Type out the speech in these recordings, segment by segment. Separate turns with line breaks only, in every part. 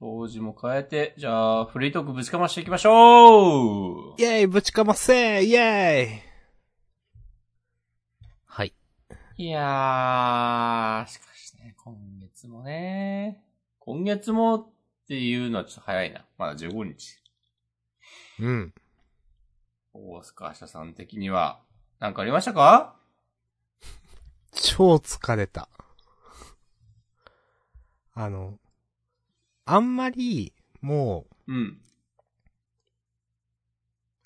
表示も変えて、じゃあ、フリートークぶちかましていきましょう
イェイぶちかませイェイ
はい。
いやー、しかしね、今月もね、今月もっていうのはちょっと早いな。まだ15日。
うん。
どうすか、明日さん的には。なんかありましたか
超疲れた。あの、あんまり、も
うん。
う、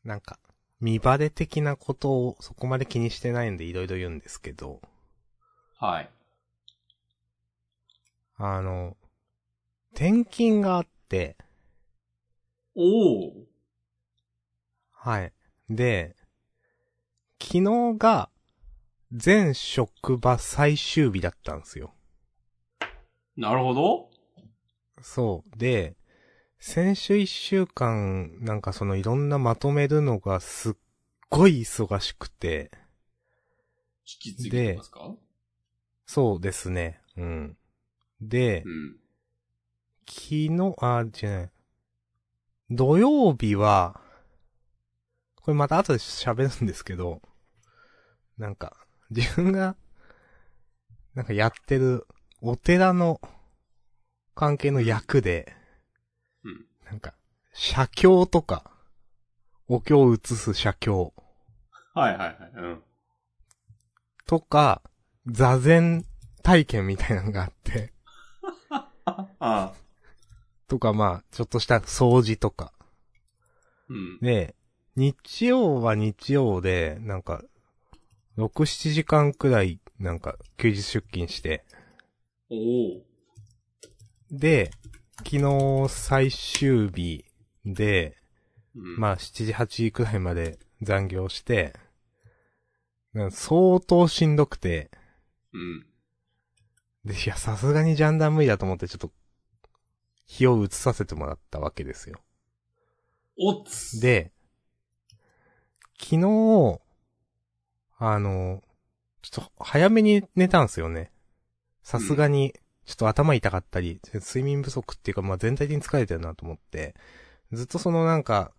なんか、見バレ的なことをそこまで気にしてないんでいろいろ言うんですけど、
はい。
あの、転勤があって、
おー。
はい。で、昨日が、全職場最終日だったんですよ。
なるほど。
そう。で、先週一週間、なんかそのいろんなまとめるのがすっごい忙しくて、
引き継ぎてますか
そうですね。うん。で
う、ん。
昨日、あ、じゃない。土曜日は、これまた後で喋るんですけど、なんか、自分が、なんかやってる、お寺の、関係の役で、
うん
なんか、写経とか、お経を写す写経
はいはいはい。うん。
とか、座禅体験みたいなのがあって、
あ、あ、
とかまあ、ちょっとした掃除とか、
うん。
で、日曜は日曜で、なんか、6、7時間くらい、なんか、休日出勤して、
おー。
で、昨日最終日で、
うん、
まあ7時、8時くらいまで残業して、なんか相当しんどくて、
うん。
で、いや、さすがにジャンダン無理だと思って、ちょっと、日を移させてもらったわけですよ。
おつ。
で、昨日、あの、ちょっと早めに寝たんですよね。さすがに、ちょっと頭痛かったり、睡眠不足っていうか、まあ、全体的に疲れてるなと思って、ずっとそのなんか、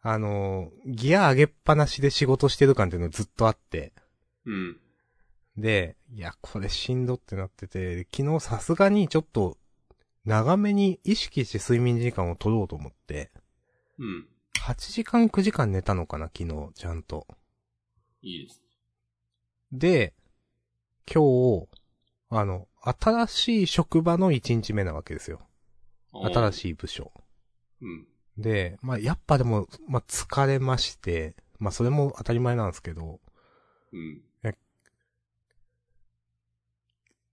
あの、ギア上げっぱなしで仕事してる感っていうのずっとあって、
うん。
で、いや、これしんどってなってて、昨日さすがにちょっと、長めに意識して睡眠時間を取ろうと思って、
うん。
8時間9時間寝たのかな、昨日、ちゃんと。
いいです。
で、今日、あの、新しい職場の1日目なわけですよ。新
い。
しい部署。
うん。
で、まあ、やっぱでも、まあ、疲れまして、まあ、それも当たり前なんですけど、
うん。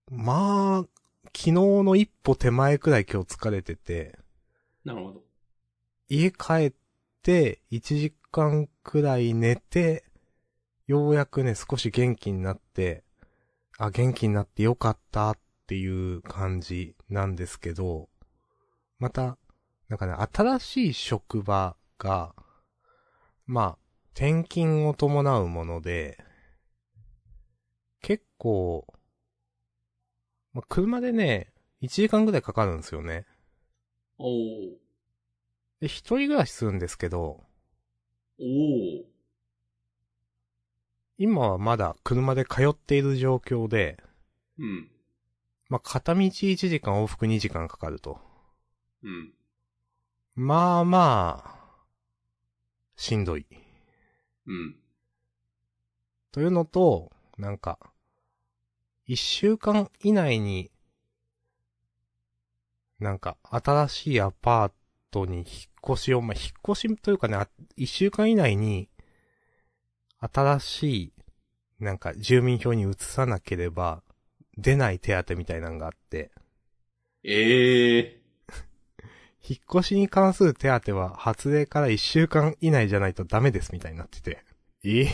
まあ、昨日の一歩手前くらい今日疲れてて、
なるほど。
家帰って、1時間くらい寝て、ようやくね、少し元気になって、あ、元気になってよかったっていう感じなんですけど、また、なんかね、新しい職場が、まあ、転勤を伴うもので、結構、まあ、車でね、1時間くらいかかるんですよね。
おー。
で、一人暮らしするんですけど、
おー。
今はまだ車で通っている状況で、
うん。
まあ、片道1時間往復2時間かかると。
うん。
まあまあ、しんどい。
うん。
というのと、なんか、一週間以内に、なんか、新しいアパートに引っ越しを、まあ、引っ越しというかね、あ一週間以内に、新しい、なんか、住民票に移さなければ、出ない手当みたいなのがあって、
ええ
引っ越しに関する手当は発令から一週間以内じゃないとダメですみたいになってて。ええっ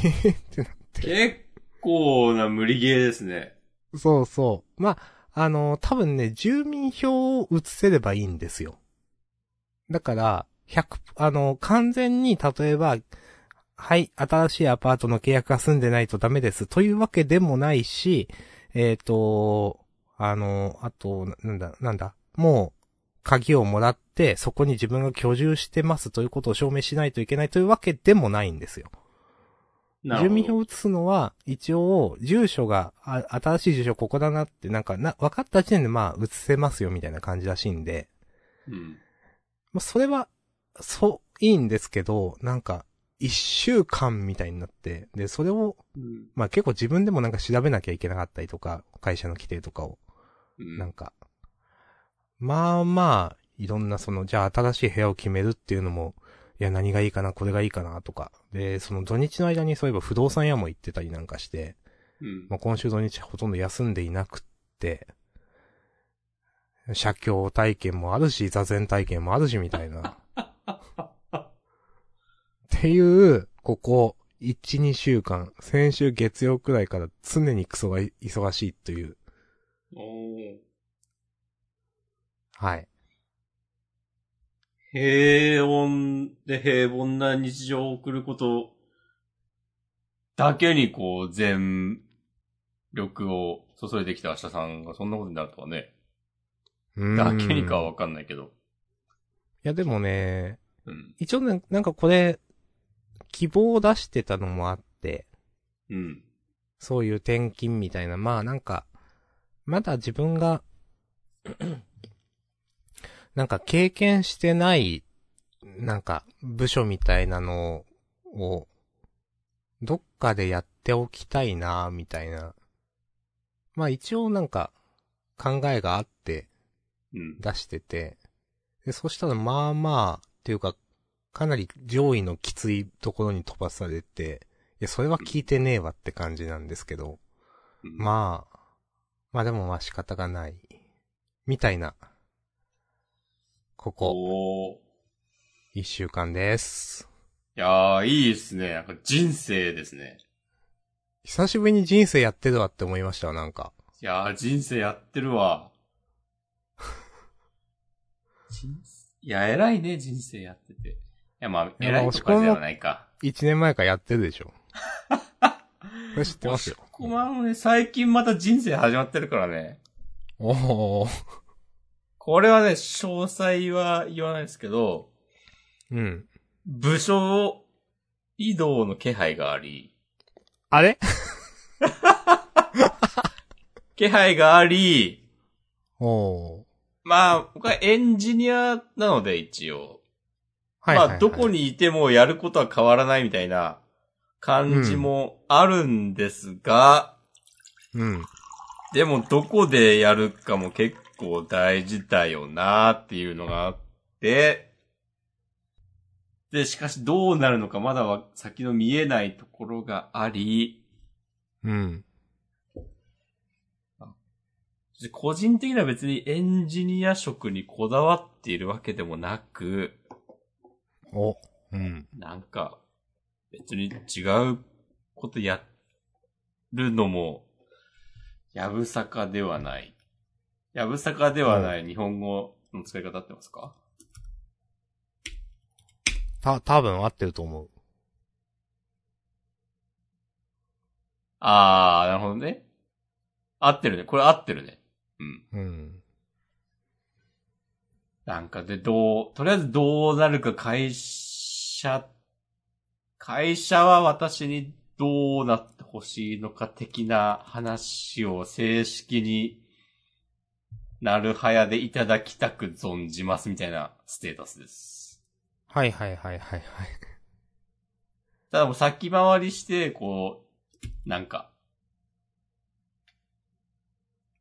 てなって。
結構な無理ゲーですね。
そうそう。まあ、あの多分ね、住民票を移せればいいんですよ。だから、100、あの完全に、例えば、はい、新しいアパートの契約が済んでないとダメです。というわけでもないし、えっ、と、あのあと、ななんだ、なんだ、もう、鍵をもらって、そこに自分が居住してますということを証明しないといけないというわけでもないんですよ。
な
住
るほ
民票
ど。
を移すのは、一応、住所が、あ新しい住所ここだなって、なんか、な、分かった時点でまあ、移せますよみたいな感じらしいんで、
うん。
まあ、それは、そう、いいんですけど、なんか、一週間みたいになって、で、それを、
うん。
まあ結構自分でもなんか調べなきゃいけなかったりとか、会社の規定とかを、
うん
なんか、まあまあ、いろんなその、じゃあ新しい部屋を決めるっていうのも、いや何がいいかな、これがいいかなとか。で、その土日の間にそういえば不動産屋も行ってたりなんかして、
うん
まあ、今週土日ほとんど休んでいなくって、写経体験もあるし、座禅体験もあるし、みた いな。っていう、ここ、1、2週間、先週月曜くらいから常にクソが忙しいという、
おー
はい。
平穏で平凡な日常を送ることだけにこう全力を注いできた明日さんがそんなことになるとはね。
う
だ
ん
けにかはわかんないけど。
いやでもね、
うん。
一応ね、なんかこれ、希望を出してたのもあって、
うん。
そういう転勤みたいな、まあなんか、まだ自分が、 なんか経験してない、なんか部署みたいなのを、どっかでやっておきたいな、みたいな。まあ一応なんか考えがあって
うん。
出してて、でそしたらまあまあ、っていうか、かなり上位のきついところに飛ばされて、いや、それは聞いてねえわって感じなんですけど。
あ。
まあ、まあでもまあ仕方がない。みたいな。ここ、
おー
一週間です。
いやー、いいですね。なんか人生ですね。
久しぶりに人生やってるわって思いましたわ、なんか。
いやー、人生やってるわ。人生いや、偉いね、人生やってて。いや、まあ、
やまあ
偉いとかではないか。
一年前からやってるで しょ。これ知ってますよ。
こまもね、最近また人生始まってるからね。
おおー。
これはね、詳細は言わないですけど、
うん。
部署移動の気配があり、
あれ
気配があり、
おお
まあ、僕はエンジニアなので一応。
ー。はいはい、はい。
まあ、どこにいてもやることは変わらないみたいな感じもあるんですが、
うん。
でもどこでやるかも結構大事だよなっていうのがあって、で、しかしどうなるのかまだは先の見えないところがあり、
うん。
個人的には別にエンジニア職にこだわっているわけでもなく、
お。うん。
なんか、別に違うことやるのも、やぶさかではない。やぶさかではない日本語の使い方ってますか、
た、多分合ってると思う。
あー、なるほどね。合ってるね。これ合ってるね。うん。
うん。
なんかで、どう、とりあえずどうなるか会社、会社は私にどうなってほしいのか的な話を正式になるはやでいただきたく存じますみたいなステータスです。
はいはいはいはいはい。
ただもう先回りして、こう、なんか、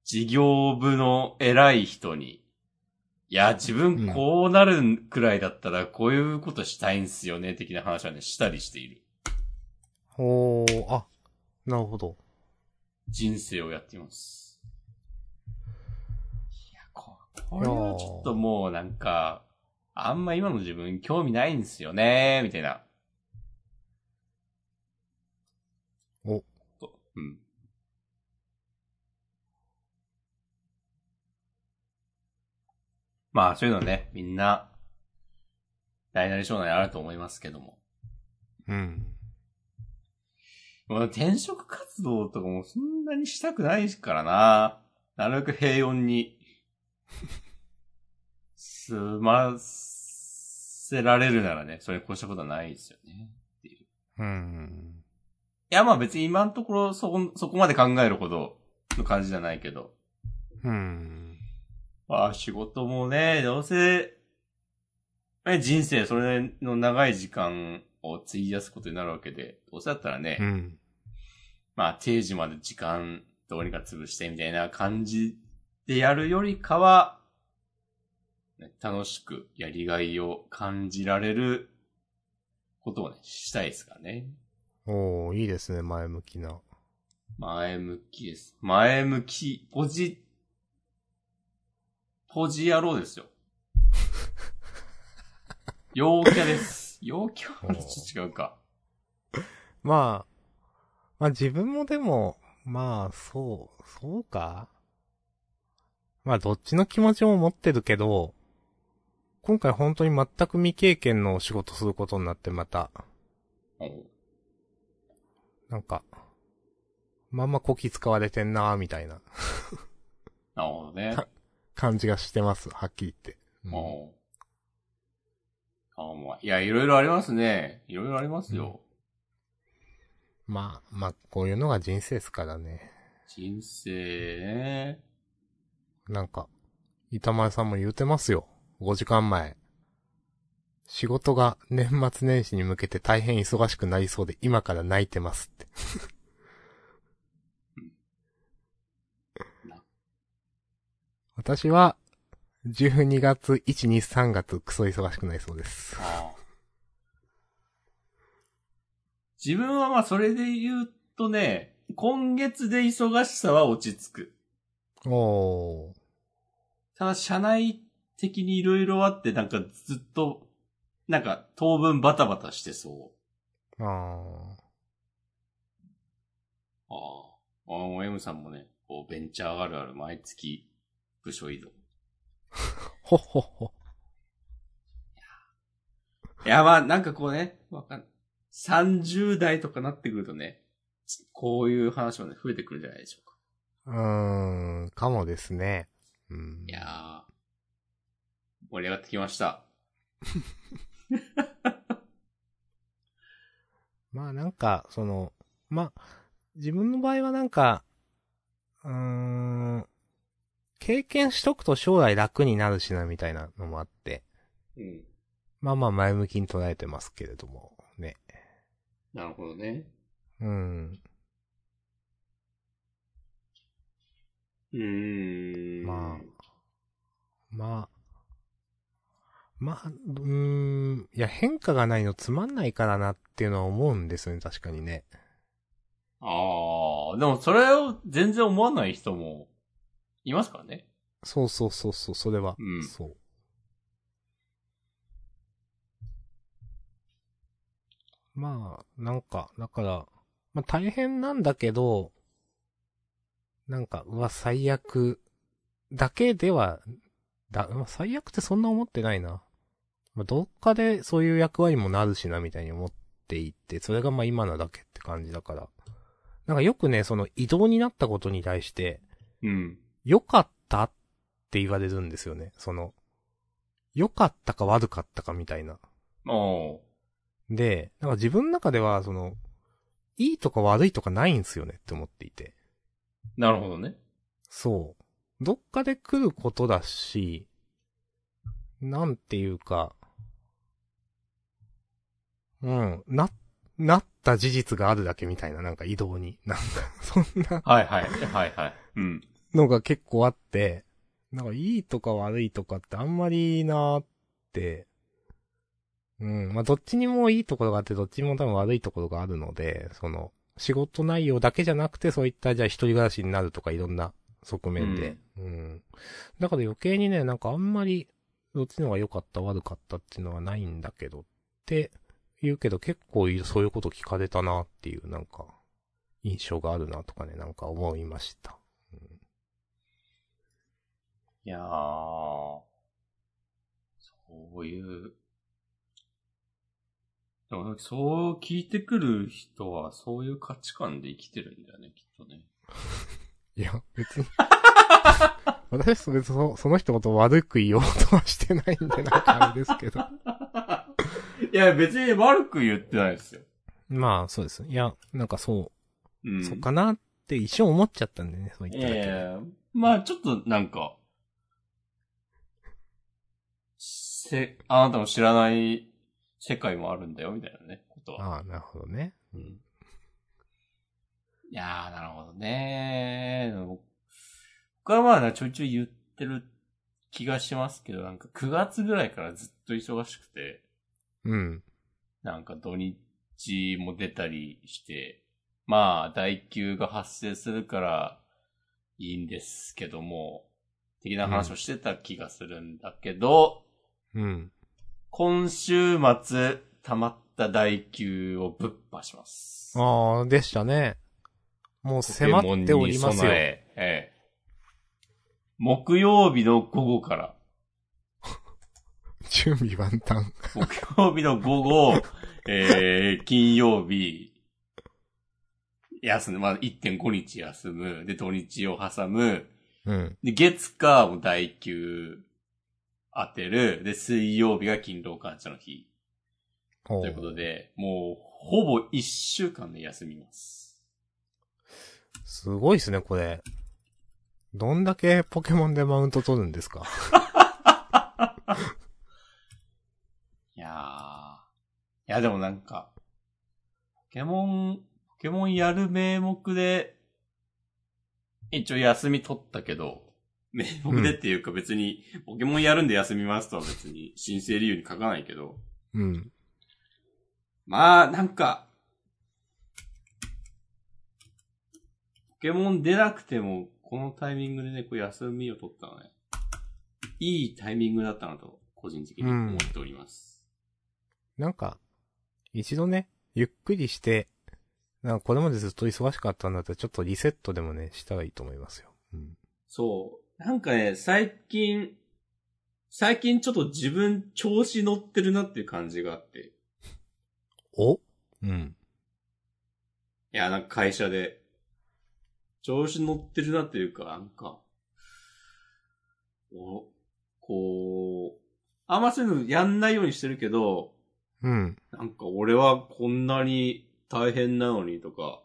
事業部の偉い人に、いや、自分こうなるくらいだったら、こういうことしたいんすよね、的な話はね、したりしている。
おおあ、なるほど。
人生をやっています。いや、ここれはちょっともうなんか、あんま今の自分興味ないんすよね、みたいな。
お。
とうん。まあ、そういうのね、みんな、大なり小なりあると思いますけども。
うん。
まあ、転職活動とかもそんなにしたくないからな。なるべく平穏に済ませられるならね、それに越したことはないですよね。
うん。
いや、まあ別に今のところそこ、そこまで考えるほどの感じじゃないけど。
うん。
まあ仕事もね、どうせ、ね、人生それの長い時間を費やすことになるわけで、どうせだったらね、
うん。
まあ定時まで時間どうにか潰してみたいな感じでやるよりかは、ね楽しくやりがいを感じられることをね、したいですからね。
おー、いいですね、前向きな。
前向きです。前向き、ポジ、ポジ野郎ですよ。陽キャです。陽キャはちょっと違うか。
まあ、まあ自分もでも、まあ、そう、そうかまあどっちの気持ちも持ってるけど、今回本当に全く未経験のお仕事することになってまた、
おう
なんか、まんまこき使われてんなーみたいな
なるほどね。
感じがしてます、はっきり言って。うん
おうあもういや、いろいろありますね。いろいろありますよ。
まあ、まあ、こういうのが人生ですからね。
人生ね。
なんか、板前さんも言うてますよ。5時間前。仕事が年末年始に向けて大変忙しくなりそうで今から泣いてますって。私は、12月、1、2、3月、クソ忙しくなりそうです。
ああ自分はまあそれで言うとね、今月で忙しさは落ち着く。
おー。
ただ、社内的にいろいろあって、なんかずっと、なんか当分バタバタしてそ
あー。
う。ああ。お M さんもね、こうベンチャーあるある毎月部署移動。
ほっほっほ。
いや、まあなんかこうね、わかん30代とかなってくるとね、こういう話もね、増えてくるんじゃないでしょうか。
うーん、かもですね。うん。
いやー、盛り上がってきました。
まあなんか、その、まあ、自分の場合はなんか、うーん、経験しとくと将来楽になるしな、みたいなのもあって、
うん。
まあまあ前向きに捉えてますけれども、ね。
なるほどね。
うん。
うーん。
ままあ、まあ、うーん、いや変化がないのつまんないからなっていうのは思うんですよね、確かにね。
ああ、でもそれを全然思わない人もいますからね。
そうそうそうそう、それは。
うん
そう。まあ、なんか、だから、まあ大変なんだけど、なんか、うわ、最悪、だけでは、だ、まあ最悪ってそんな思ってないな。まあ、どっかでそういう役割もなるしな、みたいに思っていて、それがまあ今なだけって感じだから。なんかよくね、その移動になったことに対して、
うん。
良かったって言われるんですよね。その、良かったか悪かったかみたいな。
お
で、なんか自分の中では、その、いいとか悪いとかないんですよねって思っていて。
ーなるほどね。
そう。どっかで来ることだし、なんていうか、うん、な、なった事実があるだけみたいな、なんか移動に。なんか、そんな
はいはい。はいはい。うん。
のが結構あって、なんかいいとか悪いとかってあんまりなーって、うん、まあどっちにもいいところがあってどっちにも多分悪いところがあるので、その、仕事内容だけじゃなくてそういったじゃあ一人暮らしになるとかいろんな側面で、うん。だから余計にね、なんかあんまりどっちの方が良かった悪かったっていうのはないんだけどって言うけど結構そういうこと聞かれたなっていうなんか印象があるなとかね、なんか思いました。
いやー、そういう、でもそう聞いてくる人はそういう価値観で生きてるんだよね、きっとね。
いや、別に。 私はそれそその人のことを悪く言おうとはしてないんで、なんかあれですけど。
いや、別に悪く言ってないですよ。
まあ、そうです。いや、なんかそう、
うん。
そっかなって一瞬思っちゃったんでね、そう言っただけで
ええまあちょっとなんか、せ、あなたの知らない世界もあるんだよ、みたいなね、ことは。
ああ、なるほどね。うん。
いやー、なるほどね僕はまあ、ちょいちょい言ってる気がしますけど、なんか9月ぐらいからずっと忙しくて、
うん。
なんか土日も出たりして、まあ、代休が発生するからいいんですけども、的な話をしてた気がするんだけど、
うん。
今週末溜まった代休をぶっ破します。
ああ、でしたね。もう迫っており
ポケモン
ます
に備
よ。
えええ木曜日の午後から、
準備万端。
木曜日の午後、 えー、金曜日、休む。まあ、1.5日休む。で、土日を挟む。
うん。
で、月火も代休当てる。で、水曜日が勤労感謝の日。
おう
ということで、もう、ほぼ1週間で休みます。
すごいですね、これ。どんだけポケモンでマウント取るんですか
いやー。いや、でもなんか、ポケモン、ポケモンやる名目で、一応休み取ったけど、名目でっていうか別に、ポケモンやるんで休みますとは別に申請理由に書かないけど、
うん。
まあ、なんか、ポケモン出なくても、このタイミングでね、こう休みを取ったのね、いいタイミングだったなと、個人的に思っております。
なんか、一度ね、ゆっくりして、なんかこれまでずっと忙しかったんだったらちょっとリセットでもね、したらいいと思いますよ。うん。
そう。なんかね、最近、最近ちょっと自分調子乗ってるなっていう感じがあって。い
おうん。
や、なんか会社で、調子乗ってるなっていうか、なんか、お、こう、あんまそういうのやんないようにしてるけど、
うん。
なんか俺はこんなに大変なのにとか、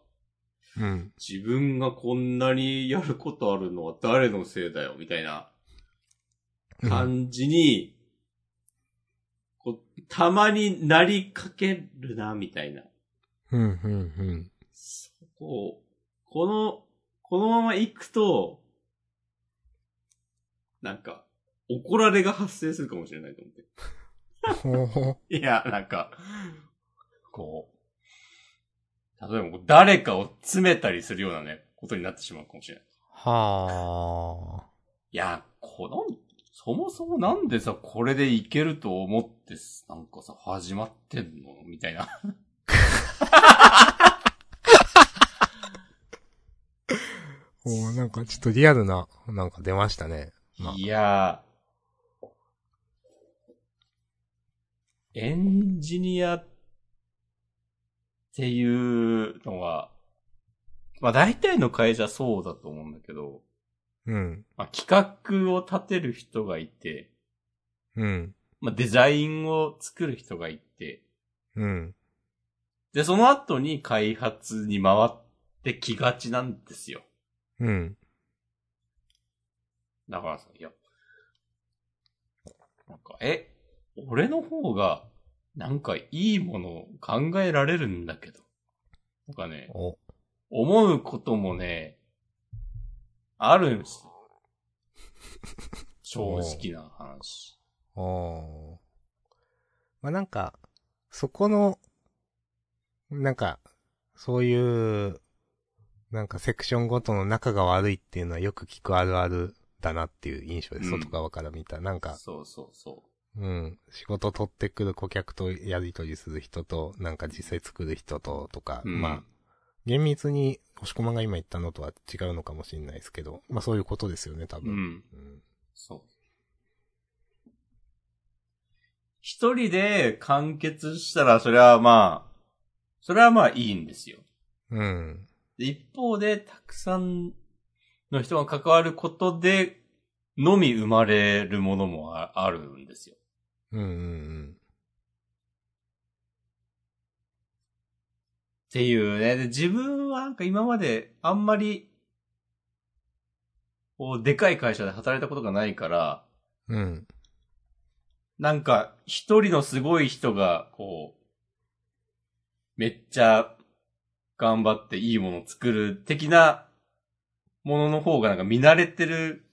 うん。
自分がこんなにやることあるのは誰のせいだよ、みたいな。感じに、こう、たまになりかけるな、みたいな。
うん、うん、うん。
そこを、この、このまま行くと、なんか、怒られが発生するかもしれないと思っ
ほうほ
て。いや、なんか、こう、例えばこう誰かを詰めたりするようなね、ことになってしまうかもしれない。
はあ。
いや、この、そもそもなんでさ、これでいけると思ってす、なんかさ、始まってんのみたいな。
おーなんかちょっとリアルな、なんか出ましたね。まあ
いやー。エンジニアっていうのは、まあ大体の会社そうだと思うんだけど、
うん。
まあ企画を立てる人がいて、
うん。
まあデザインを作る人がいて、
うん。
で、その後に開発に回ってきがちなんですよ。
うん。
だからさ、いや、なんか、え、俺の方が、なんかいいものを考えられるんだけど。とかね、
お。
思うこともね、あるんです よ。正直な話。
おーまあ、なんか、そこの、なんか、そういう、なんかセクションごとの仲が悪いっていうのはよく聞くあるあるだなっていう印象です。
うん
外側から見た。なんか、
そうそうそ
うん。仕事取ってくる顧客とやり取りする人と、なんか実際作る人と、とか、
う。うん
まあ、厳密に、押し込まが今言ったのとは違うのかもしれないですけど、まあそういうことですよね、多
う
分。
ん。
うん。
そう。一人で完結したら、それはまあ、それはまあいいんですよ。
うん。
で一方で、たくさんの人が関わることで、のみ生まれるものもああるんですよ。
うんうん
っていうね。で、自分はなんか今まであんまり、こう、でかい会社で働いたことがないから、
うん。うん。
なんか、一人のすごい人が、こう、めっちゃ、頑張っていいものを作る的な、ものの方がなんか見慣れてる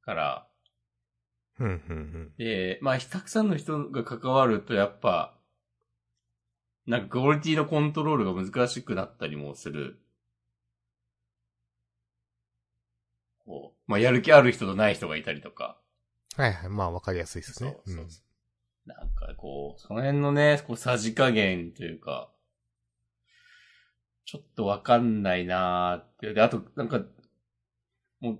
から、
うんうんうん。
で、まあ、たくさんの人が関わると、やっぱ、なんかクオリティのコントロールが難しくなったりもする。こう、まあ、やる気ある人とない人がいたりとか。
はいはい。まあ、わかりやすいですね。
そうそうそうなんかこう、その辺のね、こう、さじ加減というか、ちょっとわかんないなーって。で、あと、なんか、もう、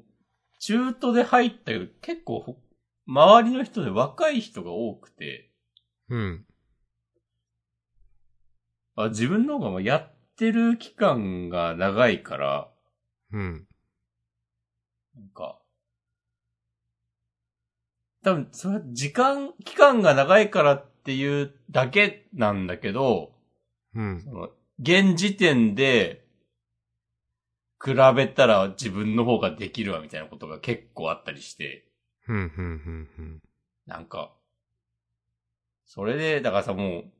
中途で入ったけど、結構ほ、周りの人で若い人が多くて、
うん。うん。
あ自分の方がまあやってる期間が長いから、
うん。
なんか、多分、それは時間、期間が長いからっていうだけなんだけど、
うん。
その現時点で、比べたら自分の方ができるわみたいなことが結構あったりして、
うん。うん。うん。うん。
なんか、それで、だからさ、もう、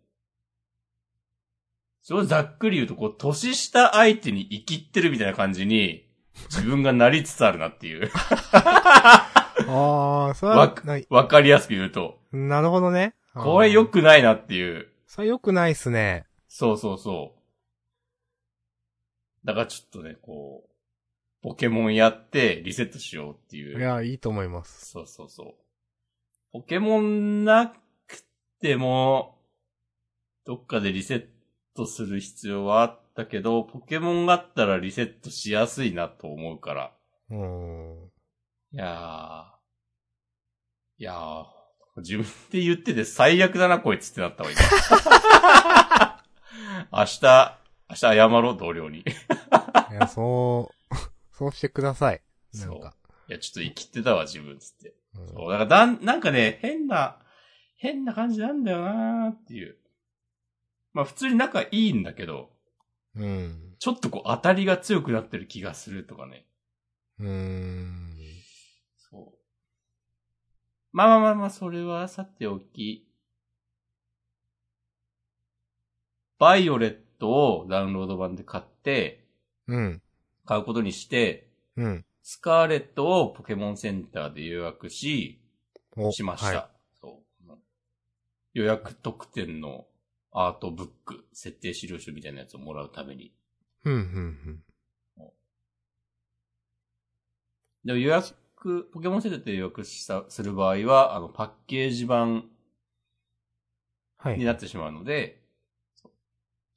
すごいざっくり言うと、こう、年下相手に生きってるみたいな感じに、自分がなりつつあるなっていう。
ああ、それ
わ
は
か
ない。
わかりやすく言うと、
なるほどね。あー
これ良。くないなっていう。
それ良くないっすね。
そうそうそう。だからちょっとね、こう、ポケモンやってリセットしようっていう。
いや、いいと思います。
そうそうそう。ポケモンなくても、どっかでリセットする必要はあったけど、ポケモンがあったらリセットしやすいなと思うから。
うーん。
いやー。いやー。自分で言ってて最悪だな、こいつってなったわ、今。明日、明日謝ろう、同僚に。い
いや、そう、そうしてください。なんか。
や、ちょっと生きてたわ、自分、つって。
うん
そう、だからだん、なんかね、変な、変な感じなんだよなーっていう。まあ普通に仲いいんだけど、
うん。
ちょっとこう当たりが強くなってる気がするとかね。
うーん。
そう。まあまあまあまあ、それはさておき。バイオレットをダウンロード版で買って、
うん。
買うことにして、
うん。
スカーレットをポケモンセンターで予約し、
お
しました。
はい
そう予約特典のアートブック、設定資料集みたいなやつをもらうために。
うん、うん、
でも予約、ポケモンセンターで予約した、する場合は、あの、パッケージ版
うん。は
に
い。
なってしまうので、そう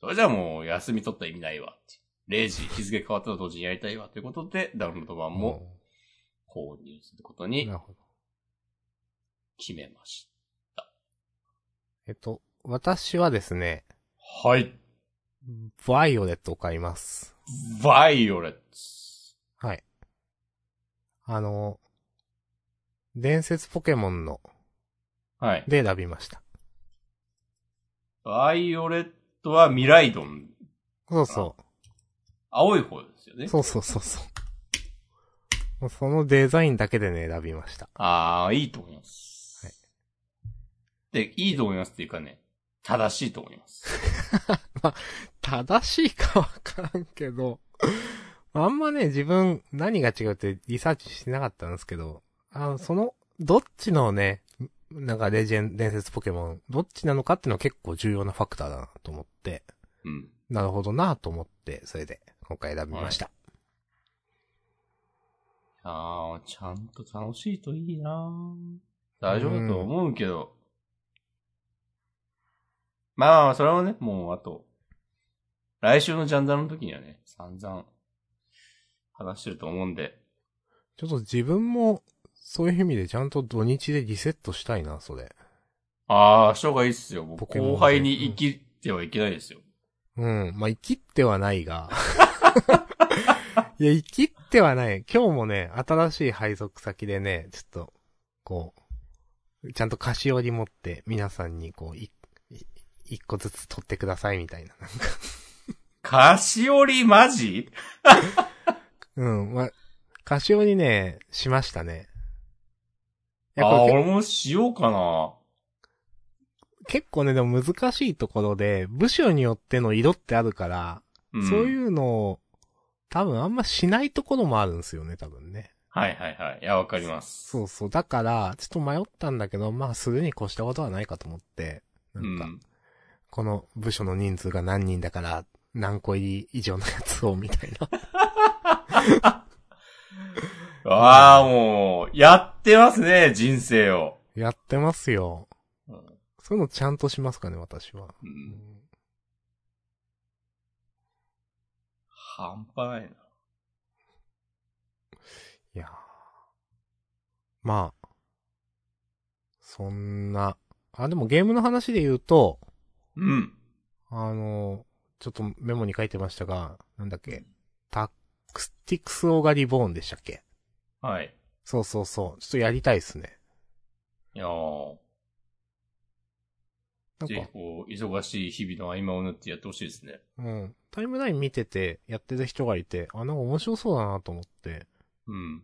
それじゃあもう休み取った意味ないわっていう。0時、日付変わったのと同時にやりたいわということで、ダウンロード版も購入すること
うん。
に
なるほど。
決めまし
えっと、私はですね、
た。はい。
バイオレットを買います。
バイオレット。
はい。あの、伝説ポケモンの、
はい。
で選びました。
バイオレットはミライドン。
そうそ
青い方ですよね
う。。そうそうそうそう。もうそのデザインだけでね、選びました。
ああ、いいと思います。で、いいと思いますっていうかね、正しいと思います。
正しいかわからんけど、あんまね、自分何が違うってリサーチしてなかったんですけど、あの、その、どっちのね、なんかレジェン、伝説ポケモン、どっちなのかっていうのは結構重要なファクターだなと思って、
うん。
なるほどなと思って、それで今回選びました。
ああ、ちゃんと楽しいといいなー大丈夫だと思うけど。まあまあまあ、それはね、もうあと、来週のジャンダルの時にはね、散々話してると思うんで、
ちょっと自分も、そういう意味でちゃんと土日でリセットしたいな、それ。
ああ、人がいいっすよ。僕、
ポケモンで
後輩に生きてはいけないですよ。
うん。まあ、生きってはないが。いや、生きっってはない。今日もね、新しい配属先でね、ちょっと、こう、ちゃんと菓子折り持って、皆さんにこう、いい一個ずつ取ってくださいみたいな。 なんか、
菓子折りマジ
うん、まあ、菓子折りね、しましたね。や
ああ
っ
ー、
ぱ
俺もしようかな。
結構ね、でも難しいところで、部署によっての色ってあるから、
うん、。
そういううのを、多分あんましないところもあるんですよね、多分ね。
はいはいはい。いや、わかります。
そうそう。だから、ちょっと迷ったんだけど、まあ、するに越したことはないかと思って、な
うん
か、
ん。
この部署の人数が何人だから、何個入り以上のやつを、みた いな。
ああ、もう、やってますね、人生を。
やってますよ。
うん
そういうのちゃんとしますかね、私は。
う、
うんん
半端ないな。
いやーまあ。そんな。あ、でもゲームの話で言うと、
うん。
あのーちょっとメモに書いてましたが、なんだっけ。タックスティクスオーガリボーンでしたっけ
はい。
そうそうそう。ちょっとやりたいっすね。
いやー
なん
ぜひ
か、
こう、忙しい日々の合間を縫ってやってほしいですね。
うん。タイムライン見てて、やってた人がいて、あ、なんか面白そうだなと思って、
うん。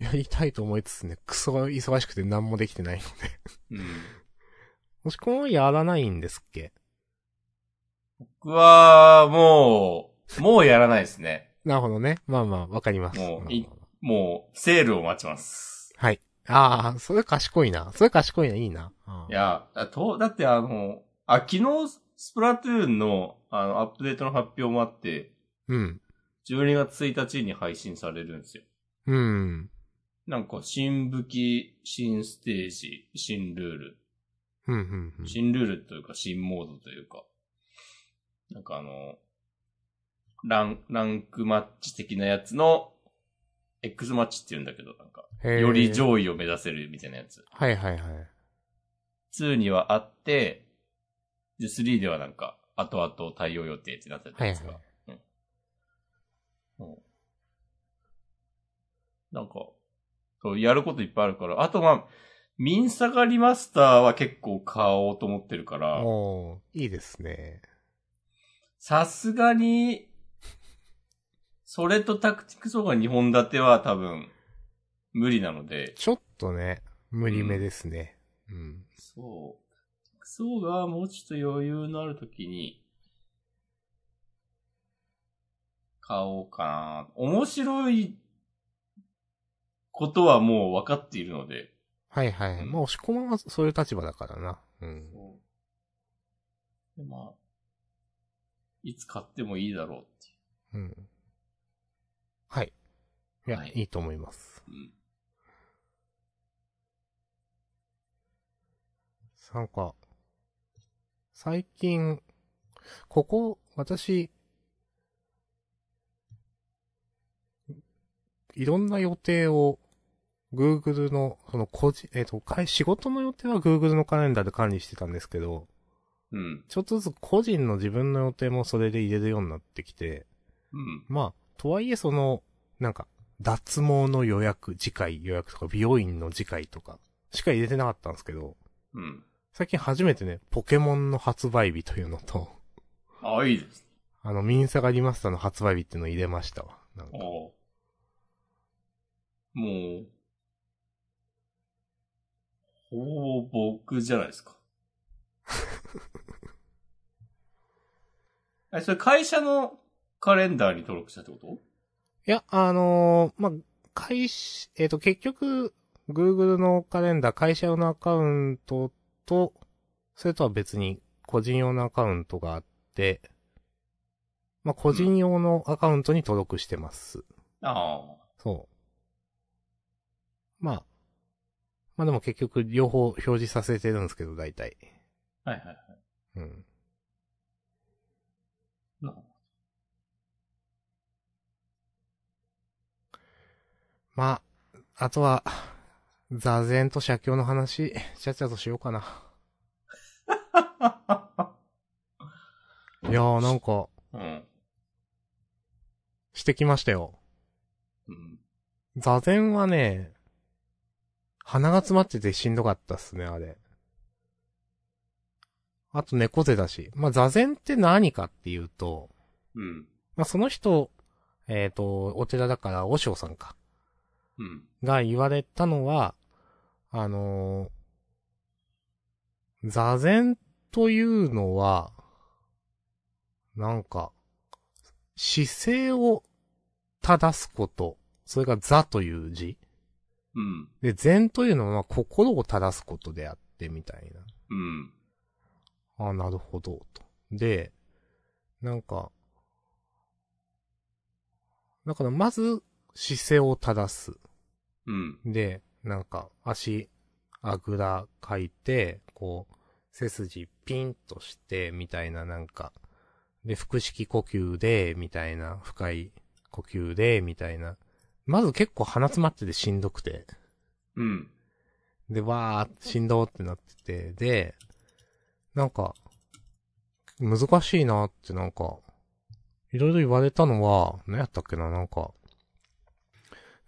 やりたいと思いつつね、クソ忙しくて何もできてない ので。
うん。
もしこのやらないんですっけ
僕は、もう、もうやらないですね。
なるほどね。まあまあ、わかります。
もう
まあ
い
まあまあ
もう、セールを待ちます。
はい。ああ、それ賢いな。それ賢いな、いいな。あー
いや、だと、だってあの、あ、昨日、スプラトゥーンの、あの、アップデートの発表もあって、
うん。
12月1日に配信されるんですよ。
うん。
なんか、新武器、新ステージ、新ルール。
うん、うん、うん。
新ルールというか、新モードというか。なんかあの、ラン、ランクマッチ的なやつの、X マッチって言うんだけど、なんか、
へー
より上位を目指せるみたいなやつ。
はいはいはい。
2にはあって、で、3ではなんか、後々対応予定ってなってたやつが。
は
うん。うんなんか、そう、やることいっぱいあるから。あとまあ、ミンサガリマスターは結構買おうと思ってるから、
おーいいですね。
さすがに、それとタクティクスが2本立ては多分、無理なので、
ちょっとね、無理めですね。うん。
そう。そうが、もうちょっと余裕のあるときに、買おうかな。面白いことはもう分かっているので。
はいはい。
うん
まあ、押し込まんはそういう立場だからな。うん。
でまあ、いつ買ってもいいだろうっ
うん。はい。いや、
はい
い、いと思います。
ていう。
なんか、最近、ここ、私、いろんな予定を、Google の、その、個人、えっ、と、会仕事の予定は Google のカレンダーで管理してたんですけど、
うん。うん。
ちょっとずつ個人の自分の予定もそれで入れるようになってきて、
うん。
まあ、とはいえその、なんか、脱毛の予約、次回予約とか、美容院の次回とか、しか入れてなかったんですけど、
うん。
最近初めてね、ポケモンの発売日というのと、
あ、いいです。
あの、ミンサガリマスターの発売日っていうのを入れましたわ。なんか、
おうもう、ほぼ僕じゃないです か。え、それ会社のカレンダーに登録したってこと
いや、あのーまあ、会社、えっ、と、結局、Google のカレンダー、会社用のアカウントと、それとは別に、個人用のアカウントがあって、まあ、個人用のアカウントに登録してます。
あ
そう。まあ。まあでも結局両方表示させてるんですけど、大体。
あ。はいはいはい。
うん。
なるほど
まあ、あとは、座禅と写経の話、ちゃっちゃとしようかな。 いやーなんか、
うん。
してきましたよ。
うん。
座禅はね、鼻が詰まっててしんどかったっすね、あれ。あと猫背だし。まあ、座禅って何かっていうと、
うん。
まあ、その人、えっ、と、お寺だから、和尚さんか。
うん。
が言われたのは、あのー座禅というのは、なんか、姿勢を正すこと。それが座という字。
うん。
で、禅というのは心を正すことであって、みたいな。
うん。
あなるほど、と。で、なんか、だからまず姿勢を正す。
うん。
で、なんか、足、あぐらかいて、こう、背筋ピンとして、みたいななんか、で、腹式呼吸で、みたいな、深い呼吸で、みたいな。まず結構鼻詰まっててしんどくて。
うん。
で、わー、しんどーってなってて、で、なんか、難しいなーってなんか、いろいろ言われたのは、何やったっけな、なんか、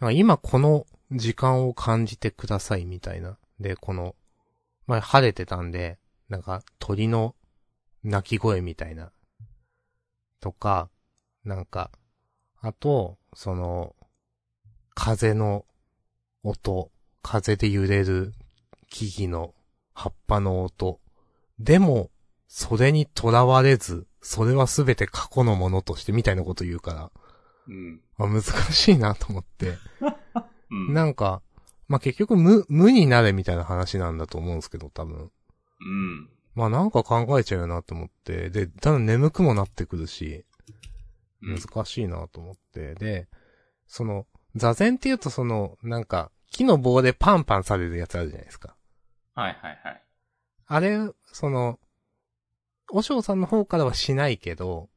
なんか今この時間を感じてくださいみたいな。で、この、前晴れてたんで、なんか鳥の鳴き声みたいな。とか、なんか、あと、その、風の音。風で揺れる木々の葉っぱの音。でも、それにとらわれず、それはすべて過去のものとしてみたいなこと言うから、
うん。
あ難しいなと思って。
うん。
なんか、まあ、結局無、無になれみたいな話なんだと思うんですけど、多
う
分。
ん。
まあ、なんか考えちゃうよなと思って。で、だんだん眠くもなってくるし、
うん。
難しいなと思って。で、その、座禅って言うとその、なんか、木の棒でパンパンされるやつあるじゃないですか。
はいはいはい。
あれ、その、おしょうさんの方からはしないけど、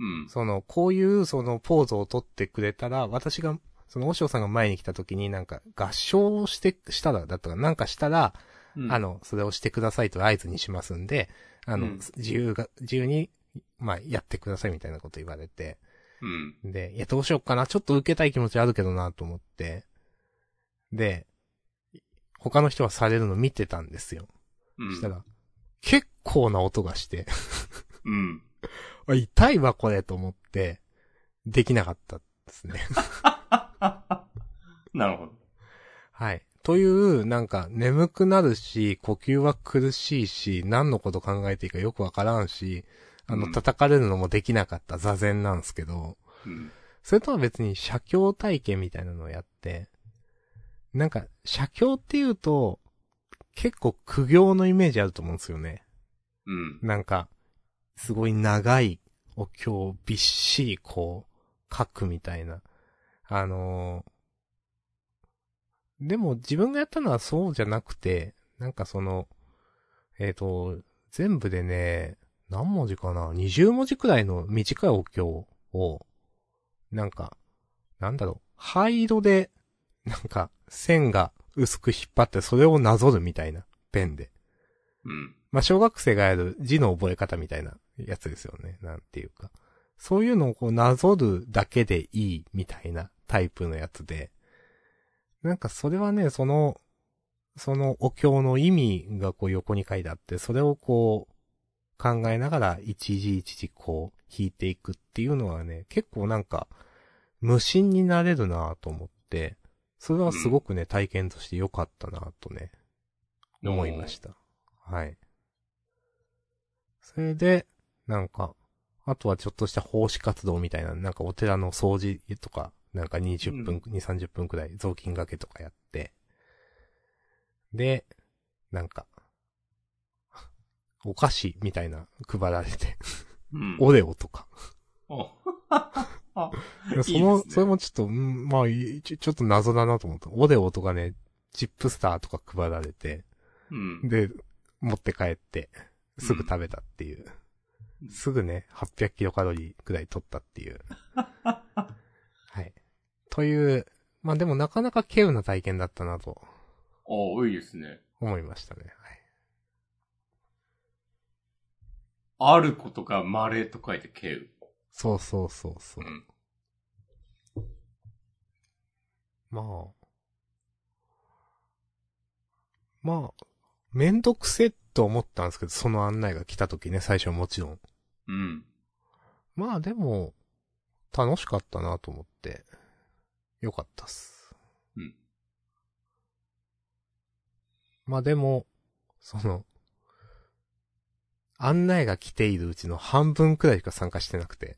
うん。
その、こういう、その、ポーズを取ってくれたら、私が、その、おしょうさんが前に来た時になんか、合唱をして、したら、だったかななんかしたら、
うん
あ、の、それをしてくださいと合図にしますんで、あの、
うん
自由が、自由に、まあ、やってくださいみたいなこと言われて、
うん。
で、いや、どうしようかな。ちょっと受けたい気持ちあるけどな、と思って。で、他の人はされるの見てたんですよ。
うん。
したら、結構な音がして、
うん。
あ痛いわ、これ、と思って、できなかったですね。
なるほど。
はい。という、なんか、眠くなるし、呼吸は苦しいし、何のこと考えていいかよくわからんし、あ
う
の、
ん
叩かれるのもできなかった座禅なんですけど、
うん。
それとは別に写経体験みたいなのをやって、なんか、写経っていうと、結構苦行のイメージあると思うんですよね。
うん。
なんか、すごい長いお経をびっしりこう、書くみたいな。あのーでも自分がやったのはそうじゃなくて、なんかその、えっ、と、全部でね、何文字かな ?20 文字くらいの短いお経を、なんか、なんだろう、灰色で、なんか、線が薄く引っ張ってそれをなぞるみたいな、ペンで。
うん。
まあ、小学生がやる字の覚え方みたいなやつですよね。なんていうか。そういうのをこうなぞるだけでいいみたいなタイプのやつで。なんかそれはね、その、そのお経の意味がこう横に書いてあって、それをこう考えながら一字一字こう弾いていくっていうのはね、結構なんか無心になれるなぁと思って、それはすごくね、体験として良かったなぁとね、思いました。はい。それで、なんか、あとはちょっとした奉仕活動みたいな、なんかお寺の掃除とか、なんか20分、2、30分くらい雑巾掛けとかやって、で、なんか、お菓子みたいな配られ て、
うん。
オレオとか。
お
そ
いい
の
ですね
それもちょっと、うんまあ、いちょちょっと謎だなと思った。オレオとかね、チップスターとか配られて、
うん。
で、持って帰って、すぐ食べたっていう。
うん
すぐね、800キロカロリーくらい取ったっていう。はい。という、まあでもなかなか稀有な体験だったなと
おいいですね。
思いましたね。
あることが稀と書いて敬う。
そうそうそうそうう。
ん。
まあ。まあ、めんどくせと思ったんですけど、その案内が来た時ね、最初はもちろん。
うん。
まあでも、楽しかったなと思って、よかったっす。
うん。
まあでも、その、案内が来ているうちの半分くらいしか参加してなくて、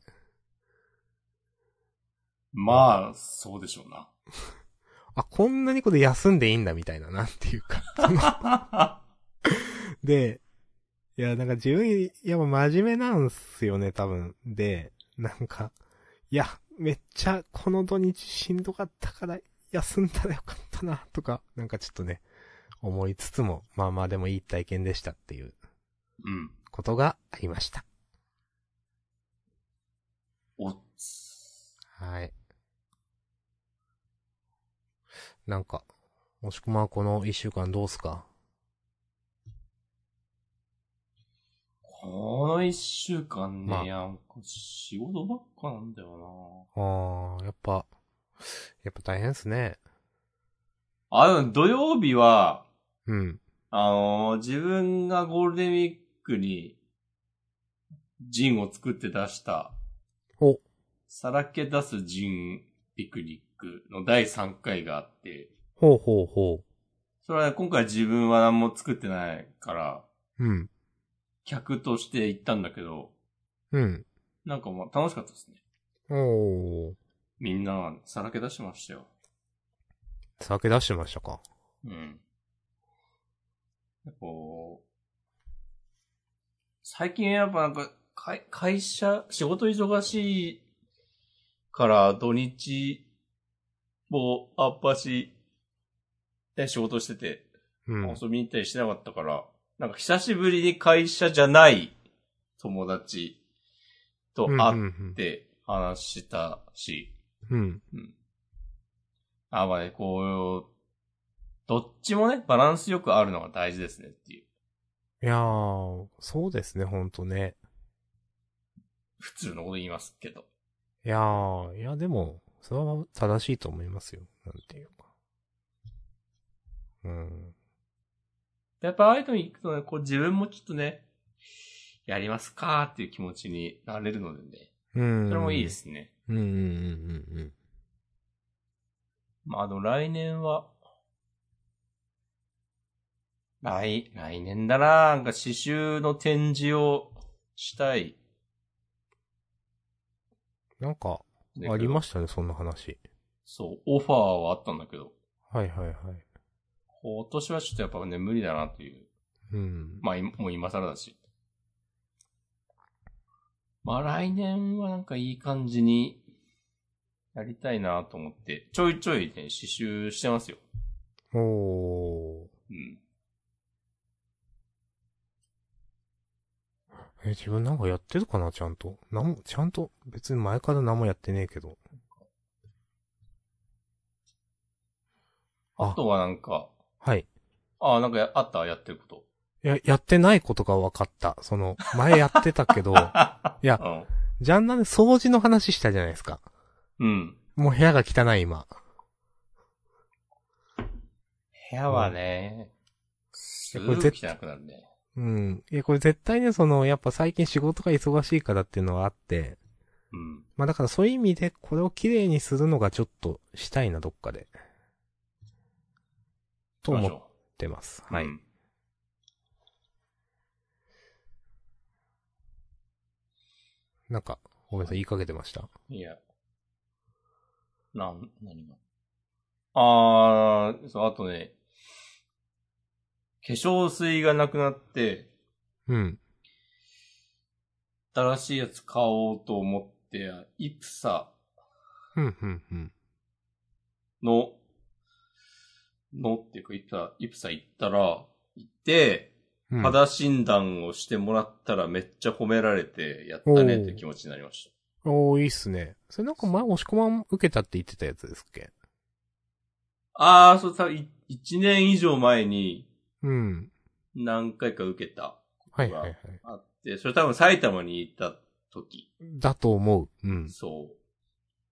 まあ、そうでしょうな。
あ、こんなにこれ休んでいいんだみたいな、なんていうか。で、いや、なんか自分、いや、真面目なんすよね、多分。で、なんか、いや、めっちゃこの土日しんどかったから、休んだらよかったな、とか、なんかちょっとね、思いつつも、まあまあでもいい体験でしたっていう
うん。
ことがありました。
おっ
はい。なんか、もしくまはこの一週間どうすか
この一週間ね、
まあ
いや、なんか仕事ばっかなんだよ
ああ、やっぱ、やっぱ大変っすね。
な。あ、でも土曜日は、
うん。
あのー自分がゴールデンウィークに、ジンを作って出した、
お、
さらけ出すジンピクニックの第3回があって、
ほうほうほ
それはね今回自分は何も作ってないから、
う。うん。
客として行ったんだけど、
うん。
なんかもう楽しかったですね。
おー。
みんなさらけ出しましたよ。
酒出してましたか。
うん。こう、最近やっぱなんか、会、会社、仕事忙しいから土日もあっぱし、で仕事してて、
うん。
遊びに行ったりしてなかったから、なんか久しぶりに会社じゃない友達と会
っ。
ってて話したし、
うん。
あ、まあね、こう、どっちもね、バランスよくあるのが大事ですねっていう。
いやー、そうですね、ほんとね。
普通のこと言いますけど。
いやー、いやでも、それは正しいと思いますよ。なんていうか。うん。
やっぱああいうのに行くとね、こう自分もちょっとね、やりますかーっていう気持ちになれるのでね。
うん。
それもいいで。すね。
うんうんうんうんうん。
まあ、あの、来年は、来、来年だななんか刺繍の展示をしたい。
なんか、あ
あ
りま
し
したね、そんな話。
そう、オファーはあったんだけど、
はいはいはい。
今年はちょっとやっぱね、無理だなという。
うん。
まあ、 今もう今更だし。まあ、来年はなんかいい感じにやりたいなと思って、ちょいちょいね、刺繍してますよ。
おー。
うん。
え、自分なんかやってるかな、ちゃんと。なんも、ちゃんと、別に前から何もやってねえけど。あ
あとはなんか、
はい。
ああ、なんかやあったやってること。
いや、やってないことが分かった。その、前やってた けど、いや、ジャンナで掃除の話したじゃないですか。
うん。うん。
もう部屋が汚い今。
部屋はね、す
こ
ぐ
れ絶
汚くなるね。
うん。いや、これ絶対ね、その、やっぱ最近仕事が忙しいからっていうのはあって、
うん。
まあだからそういう意味で、これを綺麗にするのがちょっとしたいな、どっかで。と思
し
っ
ょ
てます。
う
はい。
うん
なんか、ごめんなさい、言いかけてました。
いや。なん、何が。あー、そう、あとね、化粧水がなくなって、
うん。
新しいやつ買おうと思って、イプサ
うん、うん、うん。
の、のっていうか、イプサ、イプサ行ったら、行って、
うん、
肌診断をしてもらったらめっちゃ褒められて、やったねっていう気持ちになりました。
おー、いいっすね。それなんか前、押し込まん受けたって言ってたやつですっけ
あー、そうさ、い一年以上前に
うん。
何回か受けた。
はいはいはい。
あって、それ多分埼玉に行った時。
だと思う。うん。
そう。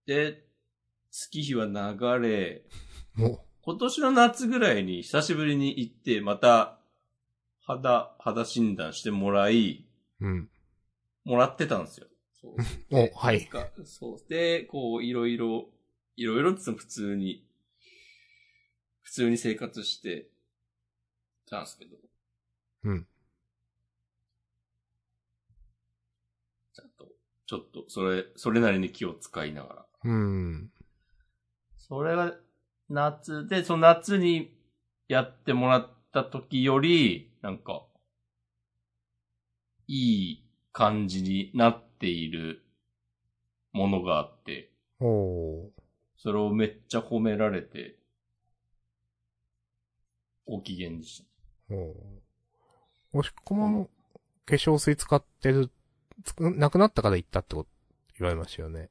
で、月日は流れ、
も
今年の夏ぐらいに久しぶりに行って、また、肌、肌診断してもらい、
う。うん。
もらってたんですよ。そう
お、はい。
かそう。で、こう、いろいろ、いろいろっつっても普通に、普通に生活してたんですけど。
うん。
ちゃんと、ちょっと、それ、それなりに気を使いながら。
うん。
それが、夏で、その夏にやってもらった時より、なんか、いい感じになっているものがあって、
おー。
それをめっちゃ褒められて、ご機嫌でした。
おー。おしっこまも、化粧水使ってる、つくなくなったから言ったってこと、言われましたよね。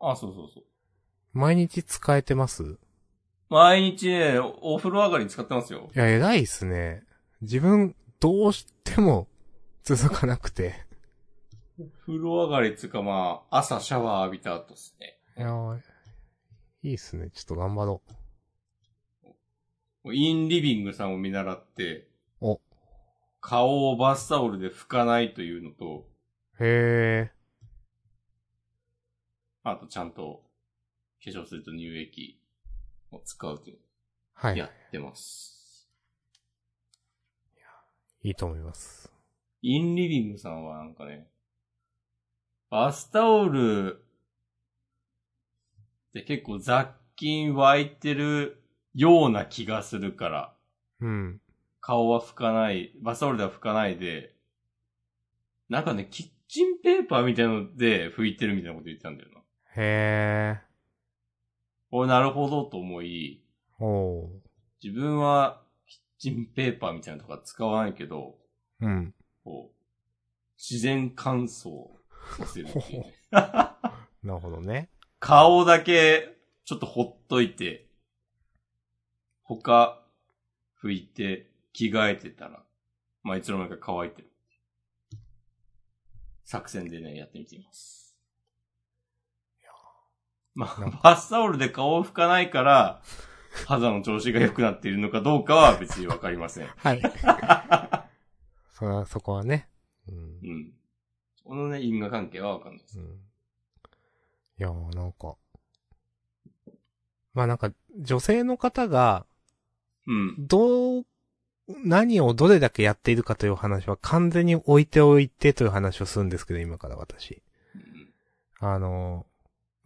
あ、そうそうそう。
毎日使えてます
毎日ね、おお風呂上がりに使ってますよ。
いや、偉いっすね。自分、どうしても、続かなくて。
風呂上がりっつうかまあ、朝シャワー浴びた後ですね。
いやー、いいっすね。ちょっと頑張ろ
もうインリビングさんを見習って、
お
顔をバスタオルで拭かないというのと、
う。へ
あとちゃんと化粧水と乳液を使うという
ー。は
のを
い。
や
い
ってます。
いと思います。
インリビングさんはなんかね、バスタオルって結構雑菌湧いてるような気がするから、
うん。
顔は拭かない、バスタオルでは拭かないで、なんかね、キッチンペーパーみたいので拭いてるみたいなこと言ってたんだよな。
へ
俺なるほどと思い、
ー。おー。
自分はキッチンペーパーみたいなのとか使わないけど、
うん。
こう、自然乾燥させるっていうね
なるほどね。
顔だけ、ちょっとほっといて、他、拭いて、着替えてたら、まあ、いつの間にか乾いてる。作戦でね、やってみています。ま
なん
あ、バスタオルで顔を拭かないから、肌の調子が良くなっているのかどうかは別にわかりません。
はい。 そら、そこはね。うん
う。ん。このね、因果関係はわかんないです
う。ん。いやー、なんか。まあなんか、女性の方が、
うん。
どう、何をどれだけやっているかという話は完全に置いておいてという話をするんですけど、今から私。あの